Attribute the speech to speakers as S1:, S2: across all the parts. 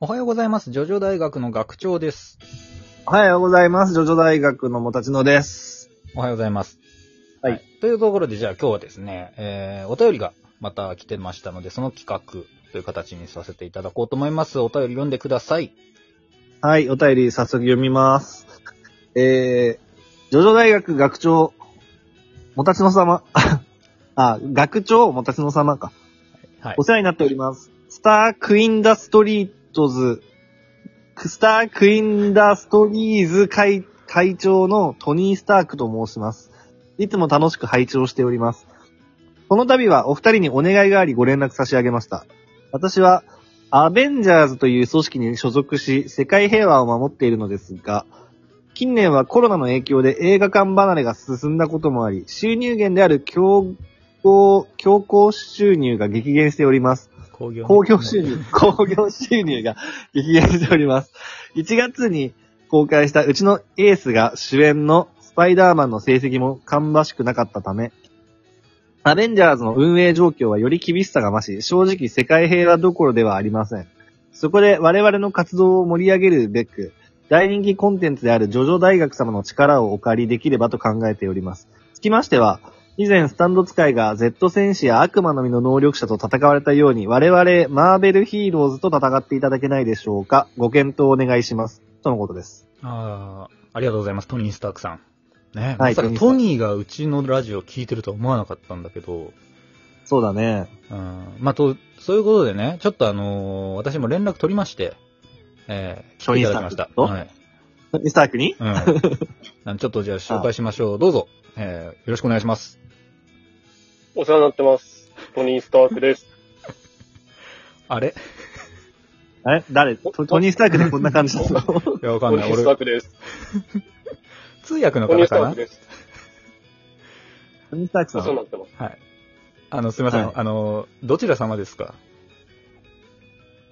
S1: おはようございます。ジョジョ大学の学長です。
S2: おはようございます。ジョジョ大学のもたちのです。
S1: おはようございます。
S2: はい
S1: というところで、じゃあ今日はですね、えー、お便りがまた来てましたので、その企画という形にさせていただこうと思います。お便り読んでください。
S2: はい、お便り早速読みます。えー、ジョジョ大学学長、もたちの様。 あ、学長、もたちの様か。
S1: はい
S2: お。世話になっております。スタークインダストリートズ、スタークインダストリーズ会会長のトニー・スタークと申します。いつも楽しく拝聴しております。この度はお二人にお願いがありご連絡差し上げました。私はアベンジャーズという組織に所属し、世界平和を守っているのですが、近年はコロナの影響で映画館離れが進んだこともあり、収入源である競合、強行収入が激減しております。
S1: 工業
S2: 興行収入、興行収入が激減しております。1月に公開したうちのエースが主演のスパイダーマンの成績も芳しくなかったため、アベンジャーズの運営状況はより厳しさが増し、正直世界平和どころではありません。そこで我々の活動を盛り上げるべく、大人気コンテンツであるジョジョ大学様の力をお借りできればと考えております。つきましては、以前スタンド使いが Z 戦士や悪魔の実の能力者と戦われたように、我々マーベルヒーローズと戦っていただけないでしょうか。ご検討お願いします。とのことです。
S1: あーありがとうございます、トニー・スタークさん。ね、
S2: はい
S1: まさか
S2: トニーさん
S1: トニーがうちのラジオ聞いてるとは思わなかったんだけど、
S2: そうだね。
S1: うん、まあ、と、そういうことでね、ちょっとあのー私も連絡取りまして、えー、
S2: トニー
S1: い
S2: ス
S1: ただ
S2: タ
S1: きま
S2: ー
S1: した。
S2: クと
S1: はい。
S2: ミスタークに
S1: うん。ちょっとじゃあ紹介しましょう。どうぞ、えー、よろしくお願いします。
S3: お世話になってます。トニー・スタークです。
S1: あれ
S2: あれ誰ト トニー・スタークでこんな感じだぞ。
S1: いや、わか
S3: ト
S1: ん
S3: ニ
S1: ない。
S3: ー・スタ
S1: 俺、
S3: ークです。
S1: 通訳の
S3: トニー・
S1: 方
S3: スタ
S1: か
S3: ー
S1: な
S3: クです。
S2: トニー・スターク
S3: お
S2: さ
S3: 世話に
S2: ん。
S3: なってます。
S1: はい。あの、すみません。
S2: はい
S1: あの、どちら様ですか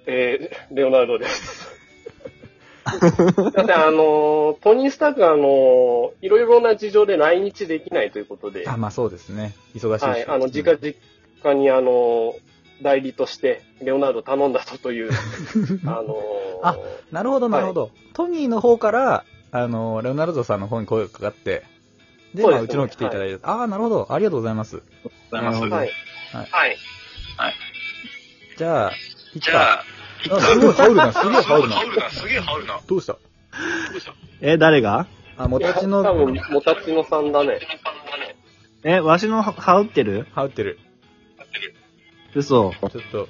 S3: えー、レオナルドです。 だってあのー、トニー・スタークはあのー、いろいろな事情で来日できないということで、
S1: あ、
S3: は
S1: まあそうですね。忙しいし。
S3: い、あの、直々にあのー、代理として、レオナルド頼んだぞと いう、あの
S1: あ
S3: ー、
S1: なるほど、なるほど。トニーの方から、あの、レオナルドさんの方に声がかかって、で、
S3: そうです
S1: まあうちの来ていただいて、ああ、なるほど。ありがとうございます。
S2: ありがとうございま
S3: は
S2: す
S3: い。
S1: はい
S3: はい。
S1: じゃあ、いっ
S4: じゃあ、
S1: あ、すごい羽織るな。すげえ羽織る
S4: 羽
S1: な。
S4: 織るな、すげえ羽織るな。
S1: どうした
S2: え、誰が
S1: あ、も
S3: いや
S1: た
S3: 多
S1: ちの、
S3: 分、もたちのさんだね。
S2: え、わしのは羽織ってる
S1: 羽織ってる。
S2: 嘘。
S1: ちょっと、
S4: ちょっと、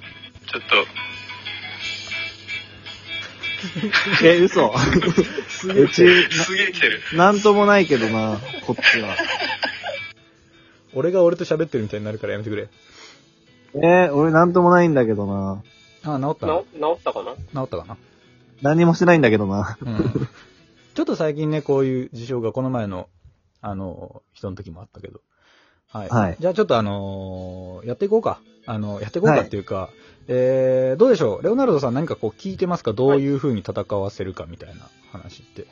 S2: え、 嘘。うち、
S4: すげえ来てる。
S2: ななんともないけどな、こっちは。
S1: 俺が俺と喋ってるみたいになるからやめてくれ。
S2: えー俺なんともないんだけどな。
S1: あ、治った
S3: な
S1: の、
S3: 治ったかな
S1: 治ったかな
S2: 何もしてないんだけどな。
S1: うん。 ちょっと最近ね、こういう事象がこの前の、あの、人の時もあったけど。はい。
S2: はい
S1: じゃあちょっとあのーやっていこうか。あの、やっていこうかっていうか、えー、どうでしょうレオナルドさん何かこう聞いてますかどういう風に戦わせるかみたいな話って。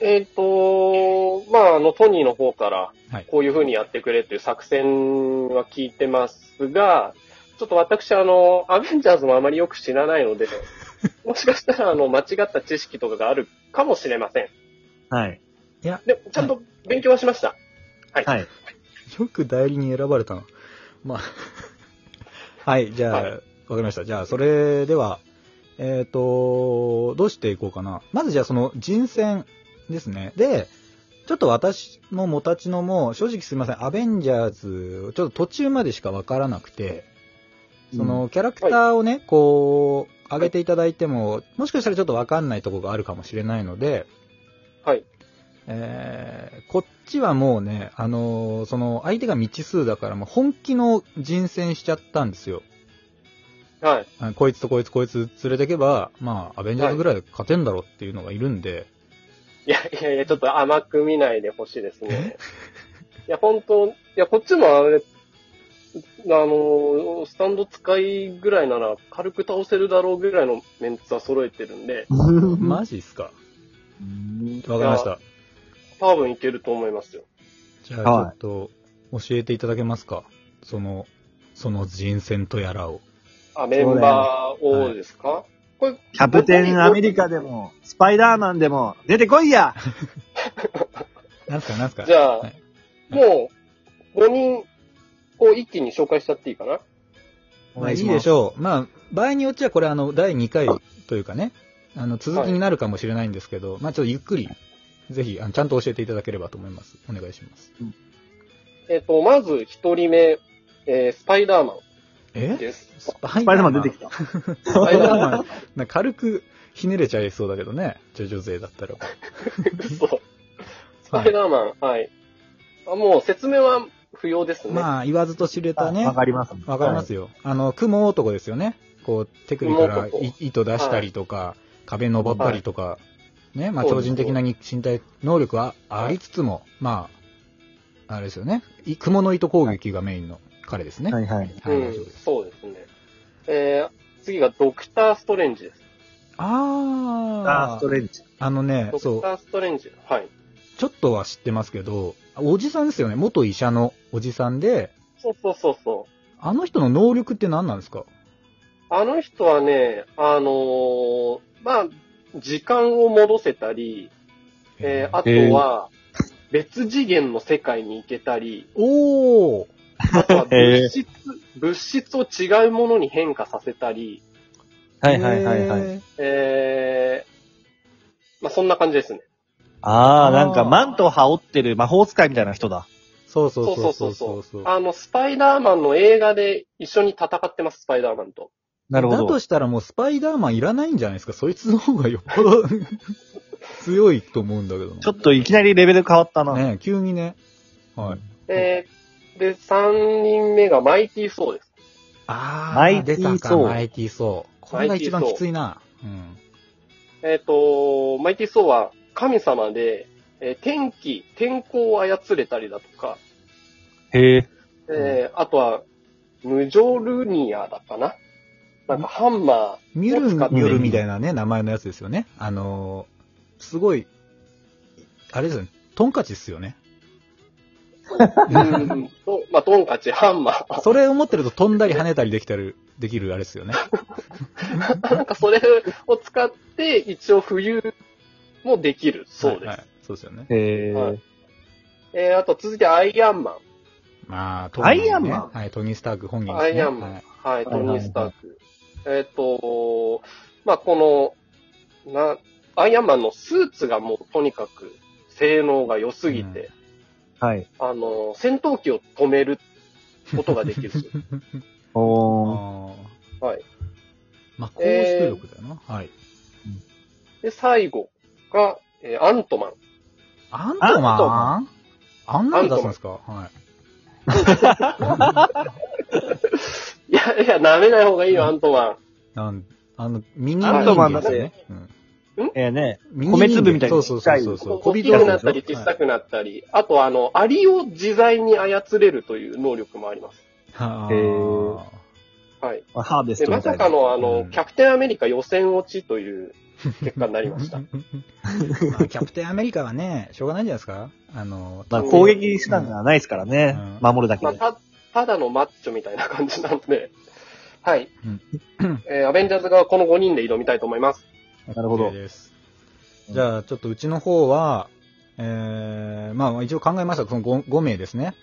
S3: えっ、と、まあ、あの、トニーの方から
S1: はい、
S3: こういう風にやってくれっていう作戦は聞いてますが、ちょっと私、あの、アベンジャーズもあまりよく知らな いので、もしかしたら、あの、間違った知識とかがあるかもしれません。
S2: はい。
S3: で、ちゃんと勉強はしました。
S2: はい。
S1: よく代理に選ばれたな。まあ。 はい、じゃあ、わ、
S3: はい
S1: かりました。じゃあ、それでは、えっ、と、どうしていこうかな。まずじゃあ、その人選ですね。で、ちょっと私ももたちのも、正直すいません、アベンジャーズ、ちょっと途中までしかわからなくて、そのキャラクターをね、こう、上げていただいても、もしかしたらちょっとわかんないとこがあるかもしれないので、
S3: はい。
S1: えーこっちはもうね、あのーその、相手が未知数だから、もう本気の人選しちゃったんですよ。
S3: はい。
S1: あこいつとこいつこいつ連れてけば、まあ、アベンジャーズぐらい勝てんだろうっていうのがいるんで、
S3: いやいやいや、ちょっと甘く見ないでほしいですね。いや、本当いや、こっちもあれ、あの、スタンド使いぐらいなら軽く倒せるだろうぐらいのメンツは揃えてるんで、
S1: マジっすかわかりました。
S3: 多分いけると思いますよ。
S1: じゃあ、ちょっと、教えていただけますかその、その人選とやらを。
S3: あ、メンバー
S1: そうだよ
S3: をですか、これ、
S2: キャプテンアメリカでも、スパイダーマンでも、出てこいや
S1: なんすか、なんすか。
S3: じゃあ
S1: はい
S3: もう、5人を一気に紹介しちゃっていいかな
S1: まあいいでし
S2: ょ
S1: ょう。まあ、場合によっちゃこれあの、第2回というかね、あの、続きになるかもしれないんですけど、まあちょっとゆっくり、ぜひ、あの、ちゃんと教えていただければと思います。お願いします。
S3: えっ、と、まず一人目、えー、スパイダーマン
S1: え
S3: です。
S1: スパ
S2: スパイダーマン出てきた。
S1: スパイダー マン。なんか軽くひねれちゃいそうだけどね。ジョジョ勢だったら。
S3: 嘘。スパイダーマン、はい。あもう説明は不要ですね。
S1: まあ、言わずと知れたね。
S2: わかります。
S1: わかりますよ。あの、雲男ですよね。こう、手首から
S3: 雲
S1: い
S3: 男
S1: 糸出したりとか、壁登ったりとか、ね、まあ、
S3: そう
S1: 超
S3: です
S1: 人的なに身体能力はありつつも、まあ、あれですよね。い雲の糸攻撃がメインの彼ですね。
S2: は
S1: はい
S2: い、はいはい。
S1: 大
S3: うん
S1: 丈夫です。
S3: そうですね。えー、次がドクター・ストレンジです。
S2: あー、
S1: あ
S2: ス
S1: ー
S2: トレンジ。
S1: あのね
S3: ド、
S1: そ
S3: ク
S1: う、
S3: ター・ストレンジ。はい。
S1: ちょっとは知ってますけど、おじさんですよね。元医者のおじさんで、
S3: そうそうそうそう。
S1: あの人の能力って何なんですか
S3: あの人はね、あのーまあ、時間を戻せたり、えー、あとは、別次元の世界に行けたり、
S1: おー
S3: あとは
S2: へー
S3: 物質、物質を違うものに変化させたり、
S2: はいはいはいはい。
S1: い。
S3: えー、まあ、そんな感じですね。
S2: あ
S1: あー
S2: ー、なんかマント羽織ってる魔法使いみたいな人だ。
S1: そうそ
S3: そううそ
S1: そう
S3: うそ
S1: そう
S3: う
S1: そ
S3: そうう
S1: そう。
S3: あの、スパイダーマンの映画で一緒に戦ってます、スパイダーマンと。
S2: なるほ
S1: だと
S2: ど。
S1: したらもうスパイダーマンいらないんじゃないですかそいつの方がよっぽど 強いと思うんだけどな
S2: ちょっといきなりレベル変わったな。
S1: ねえ急にね。はい。
S3: えー、で、3人目がマイティー・ソーです。
S1: あー、
S2: マイティーソー
S1: 出たか、マイティーソー。これが一番
S3: マイ
S1: き
S3: テ
S1: つ
S3: ィーソー
S1: いな。うん。
S3: えっ、と、マイティー・ソーは神様で、えー天気、天候を操れたりだとか、
S2: へえ。
S3: えーあとは、ムジョルニアだったかななんかハンマ
S1: ミュル
S3: 使って
S1: ミュルみたいなね、名前のやつですよね。あのー、すごい、あれですよね。トンカチっすよね。
S3: ー、うん と、まあ、トンカチ、ハンマー。
S1: それを持ってると飛んだり跳ねたりできたる、できるあれですよね。
S3: なんかそれを使って、一応冬もできる。そうです。
S1: はいはいそうですよね。
S2: へ
S3: は
S2: え
S3: い。えー、あと続いてアイアンマン。
S1: まあ、トニーね
S2: アイアンマン
S1: はい、トニー・スターク本人です
S3: ア
S1: ね。
S3: イアンマン。
S1: は
S3: はい
S1: い、
S3: トニー・スターク。えっ、と、まあ、この、な、アイアンマンのスーツがもうとにかく性能が良すぎて、
S2: はい。
S3: あの、戦闘機を止めることが できる。
S2: おー。
S1: あー
S3: はい。
S1: まあ、高出力だよな。はい。
S3: で、最後が、えーアントマン。
S1: アントマン
S2: アントマ
S1: あんなの出すんですかはい。
S3: いやいや、舐めない方がいいよ、アントマン。
S1: なんあの、ミニ
S3: アントマ
S2: ンだ
S1: 人
S2: ね
S1: 形ですよね。
S2: えーね。
S1: うんミニ
S2: 米粒みたいに
S1: そうそう
S2: ちっちゃい
S1: そうそう。
S3: 大きくなったり小さくなったり、あとあの、アリを自在に操れるという能力もあります。
S1: はい
S2: へー
S1: は
S3: はい。
S2: ハーベス
S3: で、
S2: トみ
S3: ま
S2: た
S3: さ
S2: いな
S3: か。のあ
S1: う
S3: の、
S1: ん
S3: キャプテンアメリカ予選落ちという結果にな
S1: あ
S3: り ました。
S1: まあキャプテンアメリカはね、しょうがないんじゃないですかあの、
S2: まあ攻撃したんじゃないですからね
S1: うん。
S2: 守るだけ
S3: まあ、
S2: で。
S3: た、ただのマッチョみたいな感じなので、はい
S1: うん。
S3: えーアベンジャーズ側はこの5人で挑みたいと思います。
S2: なるほど。
S1: です。じゃあ、ちょっとうちの方は、えー、まあ一応考えました。その 5, 5名ですね。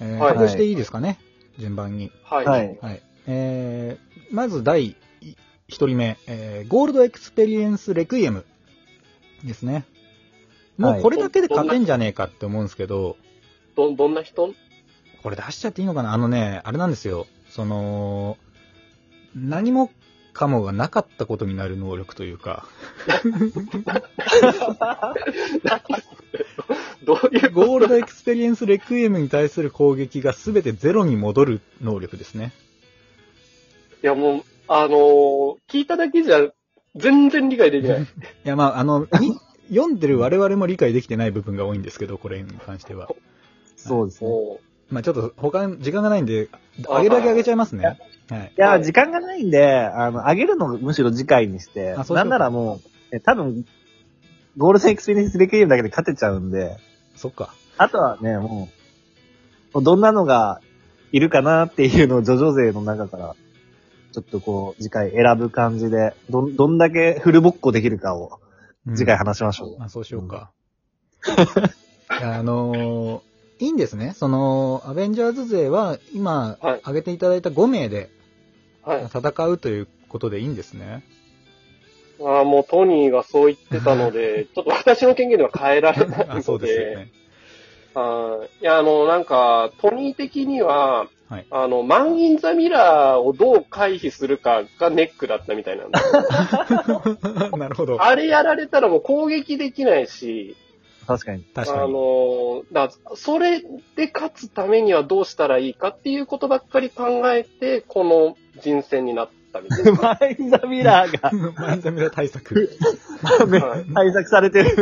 S1: えー、
S3: はい
S1: 発表していいですかね順番に。
S3: はい。
S2: はい。
S1: はい。えー、まず第1人目、えー、ゴールドエクスペリエンスレクイエムですね。も
S2: は
S1: う
S2: い
S1: これだけで勝てんじゃねえかって思うんですけど、
S3: ど、どんな人
S1: これ出しちゃっていいのかなあのね、あれなんですよ。その、何もかもがなかったことになる能力という か、
S3: どういう、
S1: ゴールドエクスペリエンスレクイエムに対する攻撃が全てゼロに戻る能力ですね。
S3: いやもう、あのー聞いただけじゃ全然理解で きない。
S1: いや、まあ、あの、み読んでる我々も理解できてない部分が多いんですけど、これに関しては。
S2: そうですね。
S3: も
S1: まあ、ちょっと他、時間がないんで、
S3: あ
S1: あげるだけあげちゃいますね。はい。
S2: いやー、時間がないんで、あの、上げるのむしろ次回にして
S1: あそうしよう、か
S2: なんならもう、え多分、ゴールデンエクスペリエンスレクイエムだけで勝てちゃうんで、
S1: そっか。
S2: あとはね、もう、どんなのがいるかなっていうのをジョジョ勢の中からちょっとこう、次回選ぶ感じで、どん、どんだけフルボッコできるかを、
S1: うん
S2: 次回話しましょう。
S1: あ、そうしようか。 いやあのーいいんですね。その、アベンジャーズ勢は、今、
S3: はい
S1: 挙げていただいた5名で
S3: はい。
S1: 戦うということでいいんですね。
S3: ああ、もうトニーがそう言ってたので、ちょっと私の権限では変えられないので。
S1: あそうですよ ね。
S3: はい。いや、あの、なんか、トニー的には、
S1: はい
S3: あの、マン・イン・ザ・ミラーをどう回避するかがネックだったみたいなんで
S1: なるほど。
S3: あれやられたらもう攻撃できないし、
S2: 確かに。
S1: 確
S3: あ
S1: かに。
S3: の、だそれで勝つためにはどうしたらいいかっていうことばっかり考えて、この人選になったみた いな。
S2: マインザミラーが
S1: マインザミラー対策。
S2: め
S3: はい
S2: 対策されてる。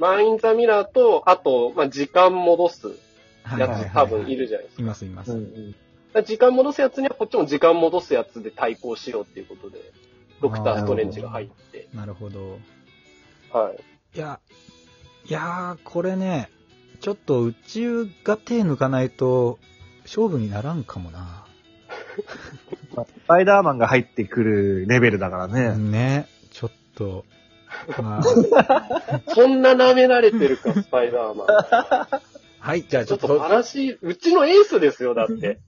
S3: マン・イン・ザ・ミラーと、あと、まあ、時間戻す
S1: はいはい
S3: や
S1: はい
S3: つ多分いるじゃないですか
S1: いますいます。
S3: だから時間戻すやつにはこっちも時間戻すやつで対抗しようっていうことで、ドクター・ストレンジが入って、
S1: なるほど。
S3: はい。
S1: いや、いやー、これね、ちょっと宇宙が手抜かないと、勝負にならんかもな。
S2: スパイダーマンが入ってくるレベルだからね。
S1: ね、ちょっと。まあ、
S3: そんな舐められてるか、スパイダ ーマン。
S1: はい、じゃあち
S3: ちょ
S1: ょ
S3: っ
S1: っ
S3: と
S1: と、
S3: 話、うちのエースですよ、だって。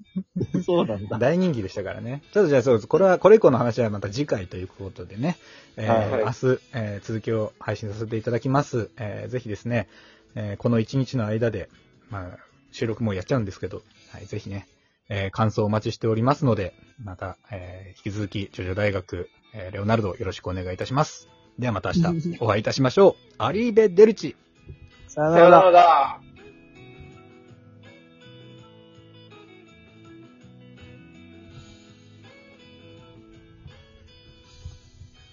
S2: そうなんだ。
S1: 大人気でしたからね。ちょっとじゃあそうです。これは、これ以降の話はまた次回ということでね。えー
S3: はい
S1: 明日、えー続きを配信させていただきます。えーぜひですね、えーこの1日の間で、まあ、収録もやっちゃうんですけど、はい、ぜひね、えー感想をお待ちしておりますので、また、えー引き続き、ジョジョ大学、えーレオナルドよろしくお願いいたします。ではまた明日、お会いいたしましょう。アリーベ・デルチ。
S2: さよな
S3: さよ
S2: ら
S3: な。ら。